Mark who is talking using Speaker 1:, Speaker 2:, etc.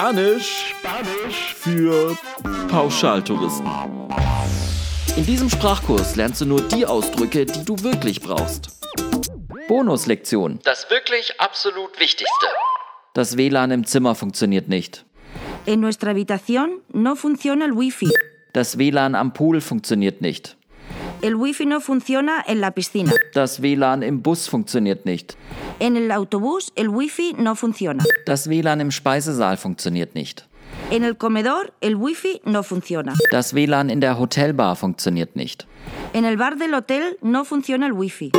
Speaker 1: Spanisch, Spanisch für Pauschaltouristen.
Speaker 2: In diesem Sprachkurs lernst du nur die Ausdrücke, die du wirklich brauchst. Bonuslektion.
Speaker 3: Das wirklich absolut Wichtigste.
Speaker 2: Das WLAN im Zimmer funktioniert nicht.
Speaker 4: En nuestra habitación no funciona el wifi.
Speaker 2: Das WLAN am Pool funktioniert nicht.
Speaker 4: El wifi no funciona en la piscina.
Speaker 2: Das WLAN im Bus funktioniert nicht.
Speaker 4: En el autobús el wifi no funciona.
Speaker 2: Das WLAN im Speisesaal funktioniert nicht.
Speaker 4: En el comedor el wifi no funciona.
Speaker 2: Das WLAN in der Hotelbar funktioniert nicht.
Speaker 4: En el bar del hotel no funciona el wifi.